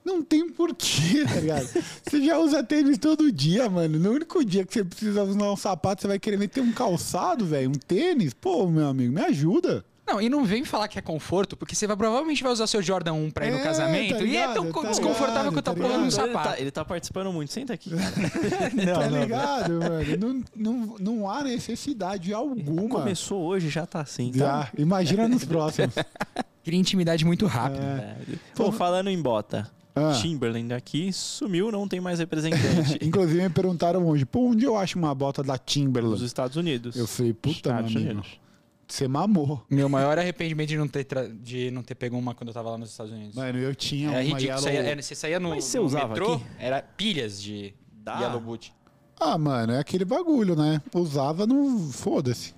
B: Não tem porquê, tá ligado? você já usa tênis todo dia, mano. No único dia que você precisa usar um sapato, você vai querer meter um calçado, velho, um tênis. Pô, meu amigo, me ajuda.
D: Não, e não vem falar que é conforto, porque você vai, provavelmente vai usar seu Jordan 1 pra
B: É,
D: ir no casamento.
B: tá
D: e é
B: ligado,
D: tão co-
B: tá
D: desconfortável
B: ligado,
D: que eu tô
B: tá
D: pulando
B: ligado.
D: um
A: Ele
D: sapato.
A: tá, ele tá participando muito. Senta aqui. cara.
B: tá ligado, mano? Não, não, não há necessidade alguma.
A: Começou hoje, já tá assim. Tá?
B: Já, imagina nos próximos.
D: Cria intimidade muito rápido.
A: É. Pô, falando em bota.
B: Ah. Então.
A: Timberland aqui sumiu, não tem mais representante
B: Inclusive, me perguntaram hoje, pô, onde eu acho uma bota da
A: nos
B: Timberland?
A: Estados Unidos.
B: Eu falei, puta, meu
A: Estados
B: amigo,
A: Unidos.
B: você mamou.
D: Meu maior arrependimento de não ter, tra- de não ter pego uma quando eu tava lá nos Estados Unidos.
B: Mano, eu
A: É
B: tinha
D: Era
B: uma
D: É ridículo.
B: Yellow...
D: Saía, era- você saía é no,
A: Mas você
D: no
A: usava
D: metrô,
A: aqui?
D: era pilhas de
A: Dá.
D: Yellow Boot.
B: Ah, mano, é aquele bagulho, né? Usava, não... Foda-se.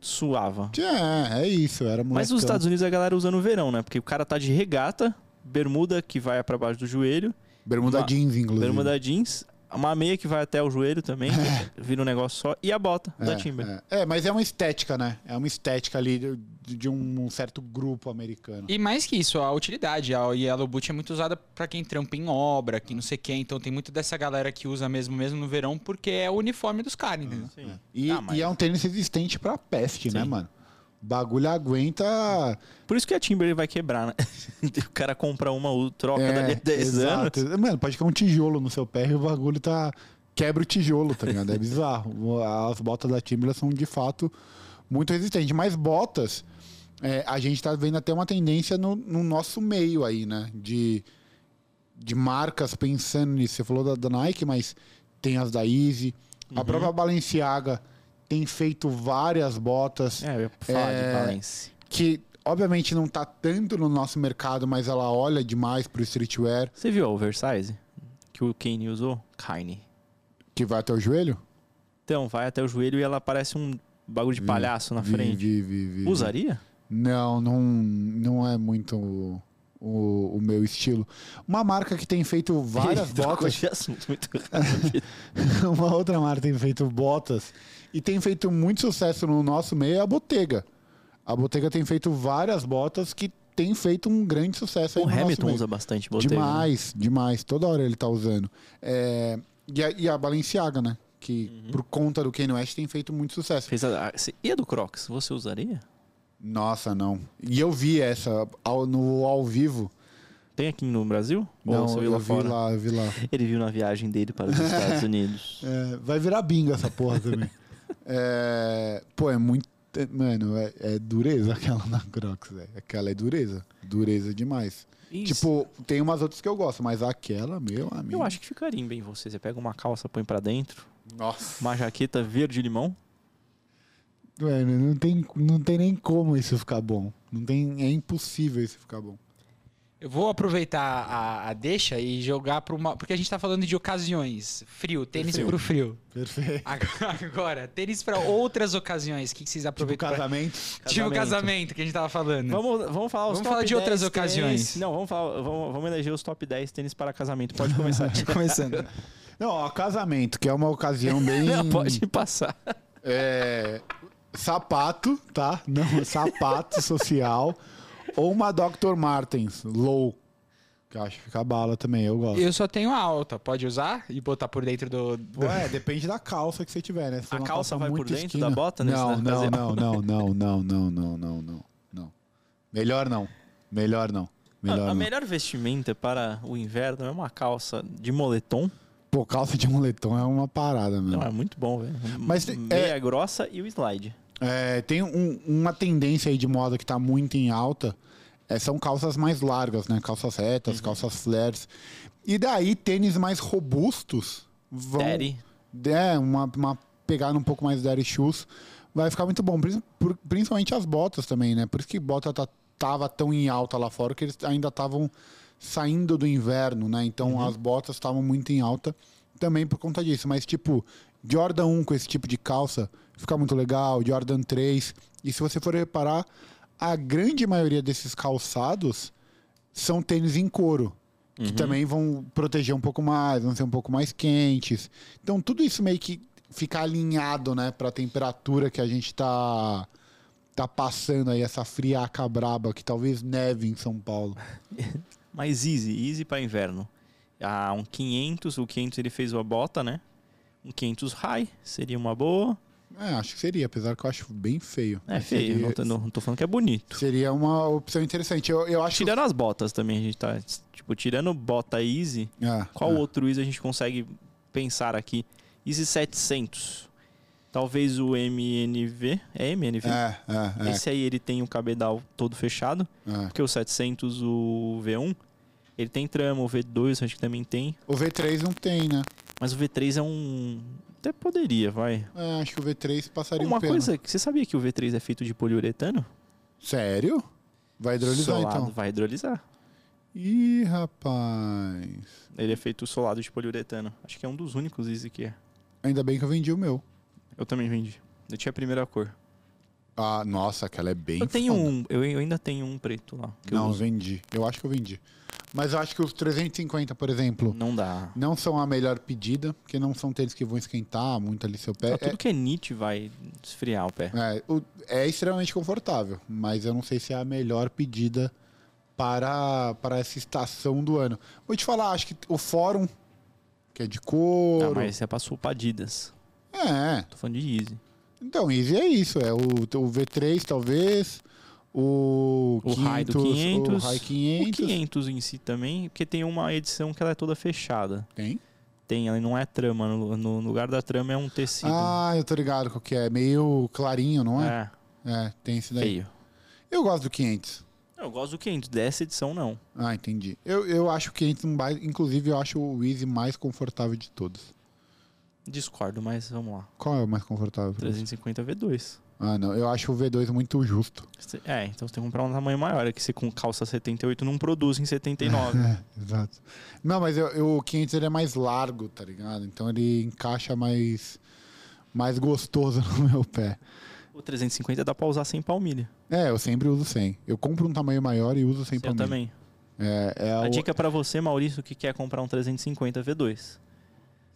A: Suava.
B: É, é isso, era molecão.
A: Mas nos Estados Unidos a galera usa no verão, né? Porque o cara tá de regata, bermuda que vai pra baixo do joelho,
B: Bermuda
A: Uma-
B: jeans, inclusive.
A: bermuda jeans, uma meia que vai até o joelho também, que vira um negócio só, e a bota
B: é,
A: da Timber.
B: É. É, mas é uma estética, né? É uma estética ali de, de um certo grupo americano.
D: E mais que isso, a utilidade. A Yellow Boot é muito usada pra quem trampa em obra, que não sei o quê. Então tem muito dessa galera que usa mesmo, mesmo no verão, porque é o uniforme dos caras, entendeu?
A: Sim.
B: E,
A: Ah, mas-
B: e é um tênis resistente pra peste, né,
A: Sim.
B: mano? Bagulho aguenta...
A: Por isso que a Timber vai quebrar, né? o cara compra uma, u- troca dali a 10 anos.
B: É, exato. Mano, pode cair um tijolo no seu pé e o bagulho tá. Quebra o tijolo, tá ligado? É bizarro. As botas da Timberland são de fato muito resistentes. Mas botas, é, a gente tá vendo até uma tendência no, no nosso meio aí, né? De, de marcas pensando nisso. Você falou da, da Nike, mas tem as da Easy.
A: Uhum.
B: A própria Balenciaga tem feito várias botas
A: É, eu ia falar
B: É.
A: de Valência.
B: que, obviamente não tá tanto no nosso mercado, mas ela olha demais pro streetwear,
A: Você viu a oversize que o Kanye usou? Kanye.
B: que vai até o joelho?
A: Então, vai até o joelho e ela parece um bagulho de
B: Vi,
A: palhaço na
B: Vi,
A: frente.
B: vi, vi, vi, vi.
A: Usaria?
B: Não, não, não é muito o, o- o meu estilo. Uma marca que tem feito várias
A: Ele trocou
B: botas. É,
A: de assunto muito rápido.
B: uma outra marca tem feito botas e tem feito muito sucesso no nosso meio é a Bottega. A Bottega tem feito várias botas que tem feito um grande sucesso aí
A: o
B: no nosso
A: Hamilton
B: meio.
A: usa bastante botega. né?
B: Demais, demais. Toda hora ele tá usando. É, E, a, e a Balenciaga, né? Que
A: Uhum.
B: por conta do Kanye West tem feito muito sucesso.
A: Fez a... a- se- E a do Crocs, você usaria?
B: Nossa, não. E eu vi essa ao- no ao vivo.
A: Tem aqui no Brasil?
B: não,
A: Ou você viu
B: eu
A: lá
B: vi
A: fora?
B: lá, eu vi lá.
A: Ele viu na viagem dele para os Estados Unidos.
B: É, vai virar bingo essa porra também. É, pô, é muito. é, Mano, é, é dureza aquela na Crocs, velho. Aquela é dureza. Dureza demais.
A: Isso.
B: Tipo, tem umas outras que eu gosto, mas aquela, meu amigo.
A: Eu acho que ficaria bem você. Você pega uma calça, põe pra dentro,
B: Nossa.
A: uma jaqueta verde e limão.
B: Mano, né, não tem, não tem nem como isso ficar bom. Não tem, é impossível isso ficar bom.
D: Eu vou aproveitar a, a deixa e jogar para uma. Porque a gente tá falando de ocasiões. Frio, tênis
B: Frio.
D: pro frio.
B: Perfeito.
D: Agora, agora, tênis pra outras ocasiões. O que, que vocês
B: Tipo,
D: aproveitam? pra-
B: casamento.
D: Tipo casamento que a gente tava falando.
A: Vamos, vamos falar os
D: Vamos
A: top
D: falar de
A: 10
D: outras
A: tênis.
D: ocasiões.
A: Não, vamos, falar, vamos, vamos eleger os top 10 tênis para casamento. Pode
B: Hum.
A: começar.
C: Começando.
B: Não, ó, casamento, que é uma ocasião bem.
A: Não, pode passar.
B: É, sapato, tá? Não, sapato social. Ou uma Dr. Martens, low. Que eu acho que fica bala também, eu gosto.
D: Eu só tenho a alta. Pode usar e botar por dentro do. do-
B: Ué, depende da calça que você tiver, né? Se for
A: A
B: uma
A: calça vai
B: muito
A: por dentro
B: skinny-
A: da bota, né?
B: Não,
A: Isso
B: não,
A: dá pra
B: não, não, não, não, não, não, não, não, não. Melhor não. Melhor não. Melhor
A: Ah, a,
B: não.
A: a melhor vestimenta para o inverno é uma calça de moletom.
B: Pô, calça de moletom é uma parada,
A: Não,
B: mano.
A: é muito bom, velho.
B: Mas,
A: Meia grossa e o slide.
B: É, tem um- uma tendência aí de moda que tá muito em alta. é, são calças mais largas, né? Calças retas, calças flares. E daí tênis mais robustos vão.
A: Daddy.
B: É, uma, uma pegada um pouco mais daddy shoes. Vai ficar muito bom. Prin- por- Principalmente as botas também, né? Por isso que bota tá- tava tão em alta lá fora que eles ainda estavam saindo do inverno, né? Então as botas estavam muito em alta também por conta disso. Mas, tipo, Jordan 1 com esse tipo de calça fica muito legal, Jordan 3. E se você for reparar, a grande maioria desses calçados são tênis em couro. Que
A: Uhum.
B: também vão proteger um pouco mais, vão ser um pouco mais quentes. Então, tudo isso meio que fica alinhado, né, pra temperatura que a gente tá, tá passando aí, essa friaca braba, que talvez neve em São Paulo.
A: Mas easy, easy para inverno. Ah, um 500, o 500 ele fez uma bota, né? Um 500 high seria uma boa.
B: É, acho que seria, apesar que eu acho bem feio.
A: É feio,
B: Seria,
A: não, tô, não tô falando que é bonito.
B: seria uma opção interessante. Eu, eu acho
A: Tirando as botas também, a gente tá, tipo, tirando bota easy,
B: É,
A: qual
B: é.
A: outro easy a gente consegue pensar aqui? Easy 700. Talvez o MNV, é MNV?
B: É, é, é,
A: Esse aí ele tem o cabedal todo fechado,
B: é.
A: porque o 700, o V1, ele tem trama, o V2 acho que também tem,
B: O V3 não tem, né?
A: mas o V3 é um... até poderia, vai.
B: É, acho que o V3 passaria
A: Uma
B: um pena.
A: coisa, que você sabia que o V3 é feito de poliuretano?
B: Sério? Vai hidrolisar,
A: Solado,
B: então.
A: Vai hidrolisar.
B: Ih, rapaz.
A: Ele é feito solado de poliuretano. Acho que é um dos únicos Easy que é.
B: Ainda bem que eu vendi o meu.
A: Eu também vendi. Eu tinha a primeira cor.
B: Ah, nossa, aquela é bem
A: Eu tenho
B: foda.
A: um, eu, eu ainda tenho um preto lá. que eu
B: Não,
A: uso.
B: vendi. Eu acho que eu vendi. Mas eu acho que os 350, por exemplo,
A: não dá.
B: não são a melhor pedida, porque não são tênis que vão esquentar muito ali seu pé.
A: Tá, tudo que é Nietzsche vai esfriar o pé.
B: É, o- é extremamente confortável, mas eu não sei se é a melhor pedida para, para essa estação do ano. Vou te falar, acho que o fórum, que é de
A: Ah,
B: couro.
A: mas você passou pra Adidas.
B: É,
A: Tô falando de Easy.
B: então, Easy é isso. É o, o V3, talvez. O,
A: O high do 500,
B: O High
A: O
B: 500.
A: 500 em si também, porque tem uma edição que ela é toda fechada.
B: Tem?
A: Tem, ela não é trama. No, no lugar da trama é um tecido.
B: Ah, eu tô ligado qual que é. Meio clarinho, não é?
A: é,
B: É, tem esse daí.
A: feio.
B: Eu gosto do 500.
A: Eu gosto do 500, dessa edição não.
B: Ah, entendi. Eu, eu acho o 500 um baita- Inclusive, eu acho o Easy mais confortável de todos.
A: Discordo, mas vamos lá.
B: Qual é o mais confortável? pra você?
A: 350 V2.
B: Ah, não. Eu acho o V2 muito justo.
A: Cê- É, então você tem que comprar um tamanho maior, é que você com calça 78 não produz em 79.
B: É, exato. Não, mas eu, eu- o 500 ele é mais largo, tá ligado? Então ele encaixa mais, mais gostoso no meu pé.
A: o 350 dá pra usar sem palmilha.
B: É, eu sempre uso 100. Eu compro um tamanho maior e uso sem
A: Eu
B: palmilha.
A: também.
B: É, é
A: A
B: o-
A: dica pra você, Maurício, que quer comprar um 350 V2.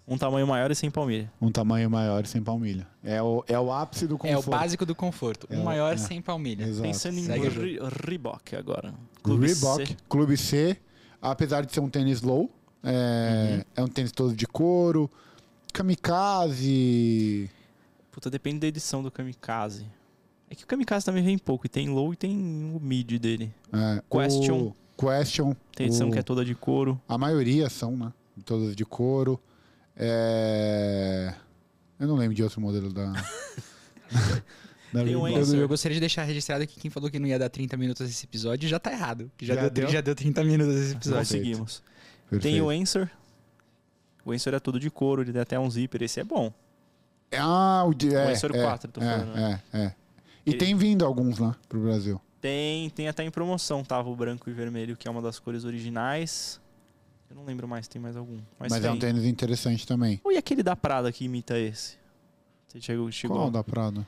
A: Um tamanho maior e sem palmilha.
B: um tamanho maior e sem palmilha. É o, é o ápice do
D: É o
B: conforto.
D: básico do conforto.
B: É,
D: um maior
B: é.
D: sem palmilha.
B: Exato.
A: Pensando em
D: Segue o
A: Re- Reebok agora. Clube
B: Reebok,
A: C.
B: Clube C, apesar de ser um tênis low, é,
A: Uhum.
B: é um tênis todo de couro, kamikaze.
A: Puta, depende da edição do Kamikaze. É que o Kamikaze também vem pouco. E tem low e tem o mid dele.
B: é,
A: Question.
B: o- question.
A: Tem edição
B: o-
A: que é toda de couro.
B: A maioria são, né? Todas de couro. É, Eu não lembro de outro modelo da. da
A: Tem um
B: Reebok.
A: Enzo.
D: Então, Eu, eu gostaria de deixar registrado que quem falou que não ia dar 30 minutos esse episódio já tá errado. Que já,
B: Já
D: deu,
B: deu?
D: já deu 30 minutos esse episódio.
B: Perfeito.
A: Conseguimos. Tem um
B: Perfeito.
A: o Answer. O Answer é todo de couro. Ele tem até um zíper. Esse é bom.
B: Ah, o de. É,
A: Um Answer
B: é,
A: 4, tô
B: é,
A: falando, né?
B: é, é. E
A: Ele-
B: tem vindo alguns lá pro Brasil.
A: Tem, tem até em promoção, tava o branco e vermelho, que é uma das cores originais. Eu não lembro mais, tem mais algum. Mas,
B: Mas, é
A: tem.
B: um tênis interessante também.
A: Ou e aquele da Prada que imita esse? Você chegou, chegou.
B: Qual é da Prada?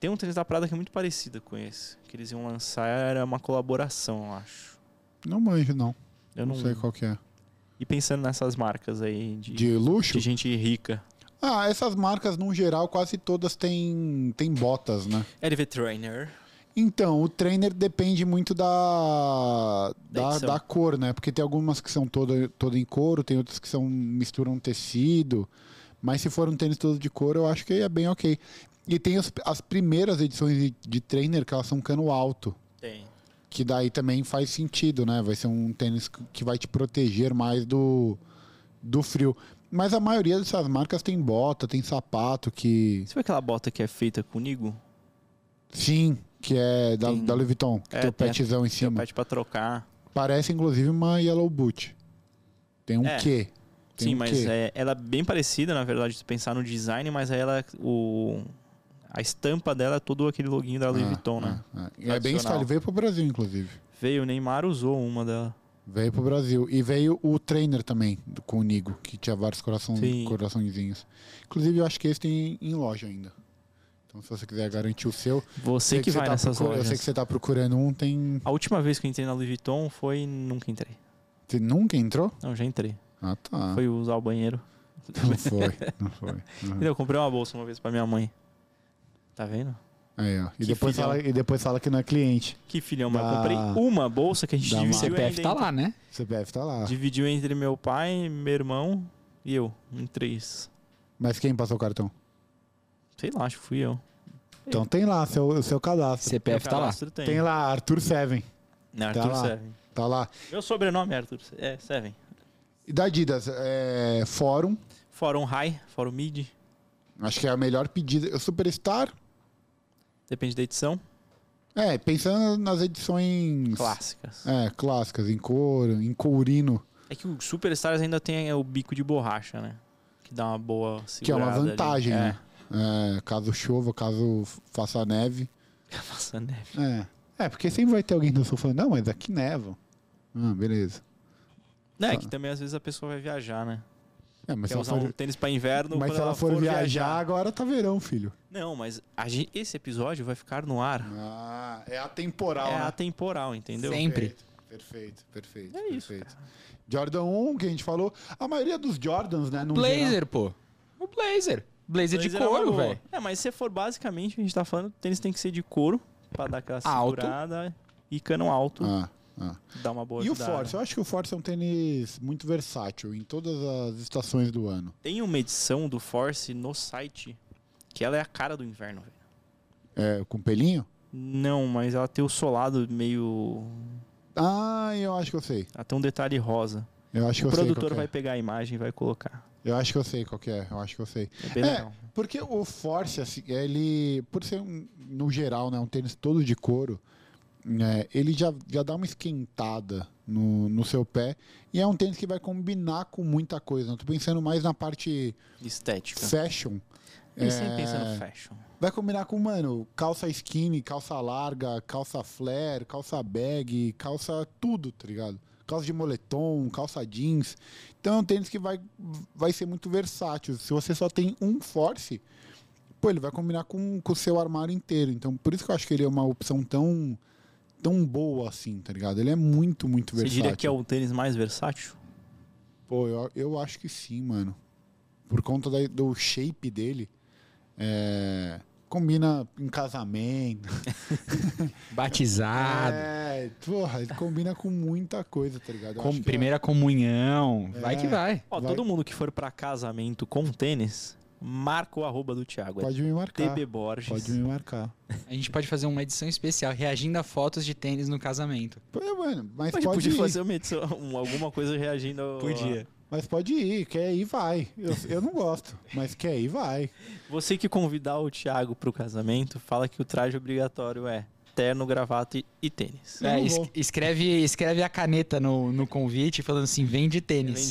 A: Tem um tênis da Prada que é muito parecido com esse. Que eles iam lançar, era uma colaboração, eu acho.
B: Não manjo, não.
A: Eu
B: não
A: não,
B: sei qual que é.
A: E pensando nessas marcas aí de, de...
B: De luxo?
A: gente rica.
B: Ah, essas marcas, no geral, quase todas têm, têm botas, né?
A: LV Trainer.
B: Então, o trainer depende muito da,
A: Da
B: da,
A: edição.
B: da cor, né? Porque tem algumas que são toda, toda em couro, tem outras que são misturam tecido. Mas se for um tênis todo de couro, eu acho que é bem ok. E tem as, as primeiras edições de, de trainer que elas são cano alto.
A: Tem.
B: Que daí também faz sentido, né? Vai ser um tênis que vai te proteger mais do, do frio. Mas a maioria dessas marcas tem bota, tem sapato que.
A: Você viu aquela bota que é feita comigo?
B: Sim, que é da,
A: Tem-
B: da Louis Vuitton, que
A: É,
B: tem o
A: tem a-
B: petizão em
A: Que eu
B: cima.
A: pede pra trocar.
B: Parece inclusive uma Yellow Boot. Tem um
A: É.
B: quê? Tem
A: Sim,
B: um
A: mas
B: quê?
A: é, ela é bem parecida, na verdade, se pensar no design, mas aí ela. O, a estampa dela é todo aquele loginho da Louis
B: Ah,
A: Vuitton, né?
B: ah, ah. E É bem
A: Tradicional.
B: style. Veio pro Brasil, inclusive.
A: Veio, o Neymar usou uma dela.
B: Veio pro Brasil. E veio o trainer também, do- com o Nigo, que tinha vários coração,
A: Sim.
B: coraçõezinhos. Inclusive, eu acho que esse tem em loja ainda. Então, se você quiser garantir o seu.
A: Você
B: sei
A: que, vai
B: tá
A: nessas
B: procura- Eu sei
A: lojas.
B: que você tá procurando um, tem.
A: A última vez que eu entrei na Louis Vuitton foi. Nunca entrei.
B: Você nunca entrou?
A: Não, já entrei.
B: Ah, tá.
A: Foi usar o banheiro.
B: Não foi, não foi. Uhum.
A: Eu comprei uma bolsa uma vez pra minha mãe. Tá vendo?
B: Aí, ó. E,
A: Que
B: depois
A: filhão.
B: fala, e depois fala que não é cliente.
A: Que filhão, mas eu
B: Da-
A: comprei uma bolsa que a gente
B: da
A: dividiu
B: marca.
A: ainda
D: CPF tá
A: entre-
D: lá, né?
B: O CPF tá lá.
A: Dividiu entre meu pai, meu irmão e eu. Em três.
B: Mas quem passou o cartão?
A: Sei lá, acho que fui eu.
B: Então tem lá seu, seu cadastro.
D: CPF
A: Meu
D: tá lá.
A: cadastro Tem.
B: Tem lá, Arthur Seven.
A: Não,
B: tá
A: Arthur
B: lá.
A: Seven.
B: Tá lá.
A: Meu sobrenome é Arthur Se- é, Seven.
B: E da Adidas, é, Fórum.
A: Fórum um High, Fórum Mid,
B: Acho que é a melhor pedida. O Superstar.
A: depende da edição.
B: É, pensando nas edições.
A: Clássicas.
B: É, clássicas, em couro, em courino.
A: É que o Superstars ainda tem é, o bico de borracha, né? Que dá uma boa segurada
B: que é uma
A: ali.
B: vantagem,
A: É,
B: né? É, caso chova, caso faça neve.
A: Nossa, né? neve.
B: É. É, porque sempre vai ter alguém do sul falando, não, mas aqui neva. Ah, beleza.
A: Não, é
B: Só-
A: que também às vezes a pessoa vai viajar, né?
B: É, Tá. mas
A: Quer
B: se ela
A: usar
B: for,
A: um tênis pra inverno,
B: mas
A: quando
B: se ela for viajar, agora tá verão, filho.
A: Não, mas a gen- esse episódio vai ficar no ar.
B: Ah, é atemporal,
A: é atemporal, entendeu?
D: Sim. Sempre.
B: Perfeito, perfeito.
A: É isso,
B: perfeito. Jordan 1, que a gente falou. A maioria dos Jordans, né? no geral-
D: Blazer, pô. O blazer. Blazer, de
A: Blazer é uma
D: couro,
A: boa.
D: velho.
A: É, mas se for basicamente, a gente tá falando, o tênis tem que ser de couro pra dar aquela
D: Alto.
A: segurada e cano alto,
B: Ah, ah.
A: dá uma boa
B: E o
A: ajudada.
B: Force? Eu acho que o Force é um tênis muito versátil em todas as estações do ano.
A: Tem uma edição do Force no site que ela é a cara do inverno, velho.
B: É, com pelinho?
A: Não, mas ela tem o solado meio.
B: Ah, eu acho que eu sei.
A: Ela tem um detalhe rosa.
B: Eu acho que
A: o
B: eu sei
A: produtor
B: qual
A: vai
B: que
A: pegar a imagem e vai colocar.
B: é. Eu acho que eu sei qual que é. Eu acho que eu sei.
A: É bem
B: É.
A: legal.
B: Porque o Force, assim, ele, por ser, um, no geral, né, um tênis todo de couro, né, ele já, já dá uma esquentada no, no seu pé. E é um tênis que vai combinar com muita coisa. Eu tô pensando mais na parte
A: Tá. Estética.
B: fashion
A: Ele sempre pensa
B: é.
A: no fashion.
B: Vai combinar com, mano, calça skinny, calça larga, calça flare, calça bag, calça tudo, tá ligado? Calça de moletom, calça jeans. Então é um tênis que vai, vai ser muito versátil. Se você só tem um force, pô, ele vai combinar com com o seu armário inteiro. Então por isso que eu acho que ele é uma opção tão, tão boa assim, tá ligado? Ele é muito, muito
A: Você
B: versátil.
A: diria que é o tênis mais versátil?
B: Pô, eu, eu acho que sim, mano. Por conta da- do shape dele. é, combina em casamento.
A: Ah,
D: Batizado.
B: É, porra, ele combina com muita coisa, tá ligado? Eu acho
D: Com,
B: que
D: primeira comunhão.
B: É.
D: Vai que vai.
A: Ó,
B: Vai.
A: todo mundo que for pra casamento com tênis, marca o arroba do Thiago.
B: é- Pode me
A: é
B: marcar.
A: TB Borges.
B: Pode me marcar.
D: A gente pode fazer uma edição especial reagindo a fotos de tênis no casamento.
B: Pô, mano, mas
A: Mas
B: pode
A: podia
B: ir.
A: fazer uma edição, um- alguma coisa reagindo ao...
B: Mas pode ir, quer ir, vai. Eu, eu não gosto, mas quer ir, vai.
A: Você que convidar o Thiago pro casamento, fala que o traje obrigatório é terno, gravata e, e tênis.
B: Eu
D: É,
B: não
D: es-
B: vou.
D: escreve, escreve a caneta no, no convite falando assim: vende tênis.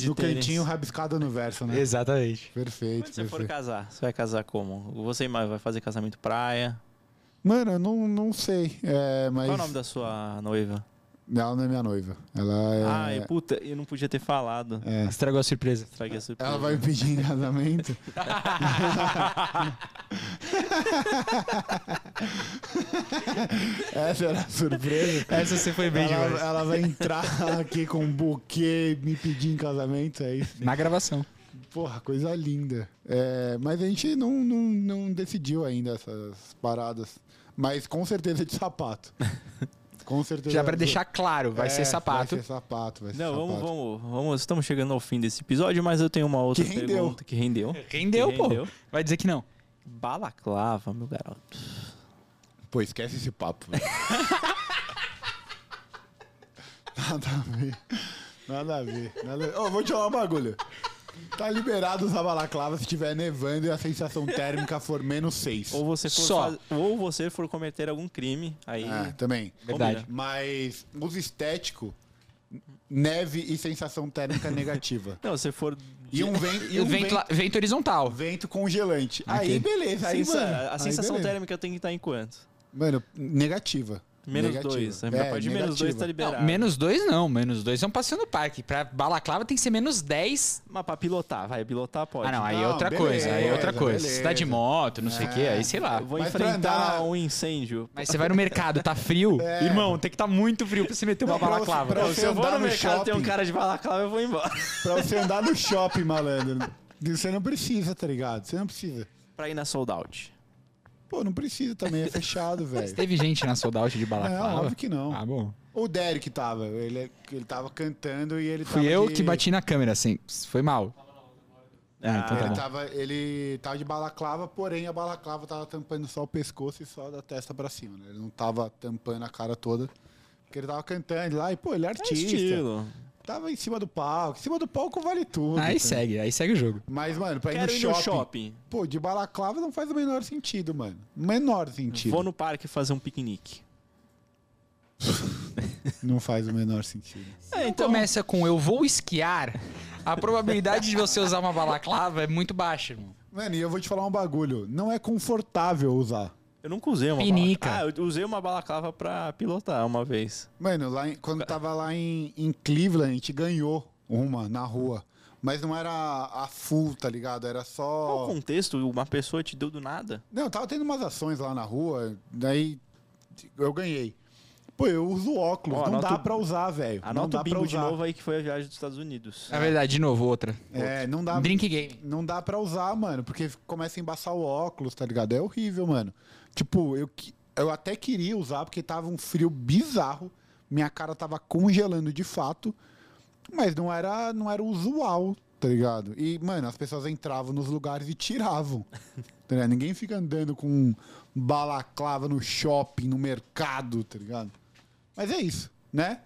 A: De
B: Do
A: tênis.
B: cantinho rabiscado no verso, né?
D: Exatamente.
B: Perfeito,
A: Quando você for
B: perfeito.
A: casar, você vai casar como? Você e Mai vai fazer casamento praia?
B: Mano, eu não, não sei. É, mas.
A: Qual é o nome da sua noiva?
B: Ela não é minha noiva. Ela é.
A: Ah, Ai, puta, eu não podia ter falado.
B: é.
D: Estragou a surpresa.
A: Estraguei a surpresa.
B: Ela vai me pedir em casamento. Essa era a surpresa.
D: Essa você foi bem
B: ela,
D: demais.
B: ela vai entrar aqui com um buquê, me pedir em casamento, é isso.
D: Na gravação.
B: Porra, coisa linda. É, mas a gente não, não, não decidiu ainda essas paradas. Mas com certeza de sapato. Com certeza.
D: Já pra deixar claro, vai
B: É,
D: ser sapato.
B: Vai ser sapato, vai ser
A: Não,
B: sapato.
A: vamos, vamos, vamos. Estamos chegando ao fim desse episódio, mas eu tenho uma outra
B: Que rendeu.
A: pergunta que rendeu.
D: Rendeu,
A: que
D: pô. Vai dizer que não.
A: Balaclava, meu garoto.
B: Pô, esquece esse papo. velho. nada a ver. Nada a ver. Nada a ver. Ô, vou te falar um bagulho. Tá liberado usar balaclava se tiver nevando e a sensação térmica for menos 6.
A: Ou você for,
D: Só.
A: faz- ou você for cometer algum crime, aí.
B: Ah, também.
D: Verdade.
A: combina.
B: Mas uso estético, neve e sensação térmica negativa.
A: Não, se for.
B: E um, ven e
D: E
B: um
D: o vento,
B: vento,
D: la- vento horizontal.
B: vento congelante. Aí,
D: Ok.
B: beleza. Aí,
A: Sim,
B: mano,
A: é a, a
B: aí
A: sensação
B: beleza.
A: térmica tem que estar em quanto?
B: Mano, negativa.
A: Menos
B: Negativa.
A: dois. A
B: É,
A: partir de menos dois
B: negativa.
A: tá
D: Não,
A: liberado.
D: menos dois não. Menos dois é um passeio no parque. Pra balaclava tem que ser menos 10.
A: Mas pra pilotar, vai, pilotar pode.
D: Ah, não. Aí é
B: Não,
D: outra
B: beleza,
D: coisa. Aí é outra
B: beleza,
D: coisa.
B: beleza. É.
D: Você tá de moto, não sei o quê. Aí sei lá.
A: Ah, Eu Vou
B: Mas pra
A: enfrentar
B: andar-
A: um incêndio.
D: Mas você vai no mercado, tá frio. Irmão, tem que tá muito frio pra você meter uma
B: É. Não, pra você-
D: balaclava.
B: pra
A: Não,
B: você
A: se eu vou
B: andar
A: no,
B: no
A: mercado e tem um
B: shopping.
A: cara de balaclava, eu vou embora.
B: Pra você andar no shopping, malandro. Você não precisa, tá ligado? Você não precisa.
A: pra ir na sold out.
B: Pô, não precisa também, é fechado,
D: Mas
B: velho.
D: teve gente na sold out de balaclava?
B: Não, óbvio que não.
D: Ah, bom.
B: O Derek tava, ele, ele tava cantando e ele tava.
D: Fui eu
B: de-
D: que bati na câmera, assim. Foi mal. Ah, então tá
B: Ele
D: bom.
B: tava, ele tava de balaclava, porém a balaclava tava tampando só o pescoço e só da testa pra cima, né? Ele não tava tampando a cara toda. Porque ele tava cantando lá e, pô, ele é
A: É
B: artista.
A: estilo.
B: tava em cima do palco. Em cima do palco vale tudo.
D: Aí
B: tá?
D: segue, aí segue o jogo.
B: Mas, mano, pra ir no
A: Quero ir
B: shopping,
A: no shopping.
B: Pô, de balaclava não faz o menor sentido, mano. Menor sentido.
A: Vou no parque fazer um piquenique.
B: Não faz o menor sentido.
A: É,
D: Então começa com eu vou esquiar. A probabilidade de você usar uma balaclava é muito baixa, irmão.
B: Mano, e eu vou te falar um bagulho. Não é confortável usar.
A: Eu nunca usei uma
D: Pinica.
A: balaclava. Ah, eu usei uma balaclava pra pilotar uma vez.
B: Mano, lá em- quando tava lá em, em Cleveland, a gente ganhou uma na rua. Mas não era a full, tá ligado? Era
A: Qual o
B: só.
A: contexto? Uma pessoa te deu do nada?
B: Não, tava tendo umas ações lá na rua, daí eu ganhei. Pô, eu uso óculos,
A: Ó,
B: não
A: anota
B: dá
A: o-
B: pra usar, velho. Não
A: Anota
B: dá
A: o
B: pra
A: bingo de
B: usar.
A: novo aí que foi a viagem dos Estados Unidos.
D: Na É verdade, de novo, outra.
B: É, não dá,
D: Drink game.
B: não dá pra usar, mano, porque começa a embaçar o óculos, tá ligado? É horrível, mano. Tipo, eu, que- eu até queria usar, porque tava um frio bizarro, minha cara tava congelando de fato, mas não era, não era usual, tá ligado? E, mano, as pessoas entravam nos lugares e tiravam. tá ligado? Ninguém fica andando com um balaclava no shopping, no mercado, tá ligado? Mas é isso, né?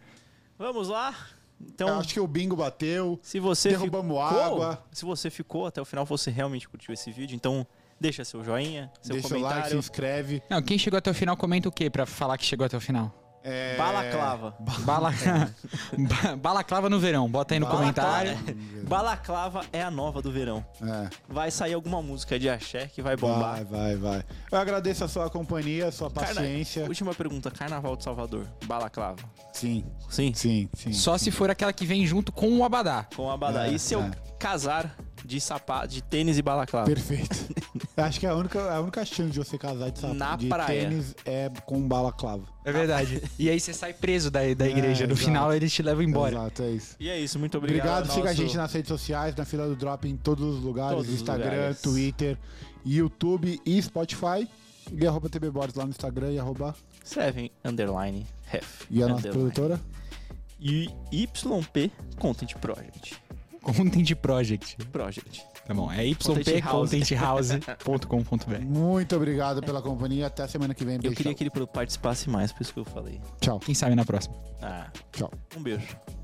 A: Vamos lá?
B: eu
A: Então,
B: acho que o bingo bateu.
A: se você
B: derrubamos
A: ficou,
B: água.
A: se você ficou até o final, você realmente curtiu esse vídeo, então deixa seu joinha, seu
B: Deixa o like, se
A: comentário.
B: inscreve.
D: Não, quem chegou até o final comenta o quê pra falar que chegou até o final?
B: É,
A: Balaclava.
D: Bala... Ba- Balaclava no verão, bota aí no comentário.
A: é- Balaclava é a nova do verão.
B: É.
A: Vai sair alguma música de axé que vai bombar.
B: Vai, vai, vai. Eu agradeço a sua companhia, a sua
A: Carna-
B: paciência.
A: Última pergunta, Carnaval de Salvador, Balaclava.
B: Sim,
A: Sim,
B: sim, sim.
D: Só se for aquela que vem junto com o Abadá.
A: com a Badá.
B: É,
A: e se eu
B: é.
A: casar de sapato, de tênis e Balaclava?
B: Perfeito. Acho que é a única, a única chance de você casar de, sapo,
A: Na
B: de
A: praia.
B: tênis é com balaclava.
D: É verdade. É, E aí você sai preso da, da igreja. no
B: exato.
D: final eles te levam embora.
B: Exato, é isso.
A: E é isso, muito obrigado.
B: Obrigado,
A: ao
B: siga a
A: nosso-
B: gente nas redes sociais, na fila do Drop em todos os lugares,
A: Todos os
B: Instagram,
A: lugares.
B: Twitter, YouTube e Spotify. E arroba TB Boards lá no Instagram e arroba...
A: Seven Underline Ref.
B: E a nossa
A: underline.
B: produtora?
A: E YP Content Project.
D: Content Project.
A: Project.
D: Tá bom, é
A: Content House.
D: ypcontenthehouse.com.br.
B: Muito obrigado pela companhia. Até semana que vem.
A: Eu
B: Beijo.
A: queria que ele participasse mais, por isso que eu falei.
B: Tchau.
D: Quem sabe na próxima.
A: Ah,
B: Tchau.
A: um beijo.